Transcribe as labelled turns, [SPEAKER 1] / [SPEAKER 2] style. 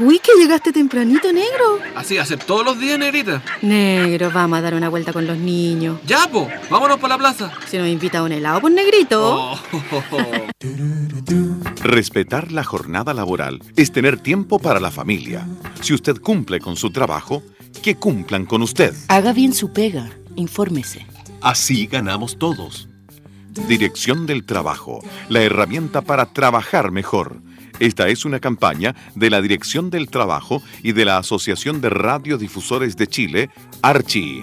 [SPEAKER 1] Uy, que llegaste tempranito, negro.
[SPEAKER 2] Así hacer todos los días, negrita.
[SPEAKER 1] Negro, vamos a dar una vuelta con los niños.
[SPEAKER 2] Ya, po, vámonos para la plaza.
[SPEAKER 1] Si nos invita a un helado, pues negrito.
[SPEAKER 2] Oh, oh, oh.
[SPEAKER 3] Respetar la jornada laboral es tener tiempo para la familia. Si usted cumple con su trabajo, que cumplan con usted.
[SPEAKER 4] Haga bien su pega, infórmese.
[SPEAKER 5] Así ganamos todos.
[SPEAKER 3] Dirección del Trabajo, la herramienta para trabajar mejor. Esta es una campaña de la Dirección del Trabajo y de la Asociación de Radiodifusores de Chile, Archi.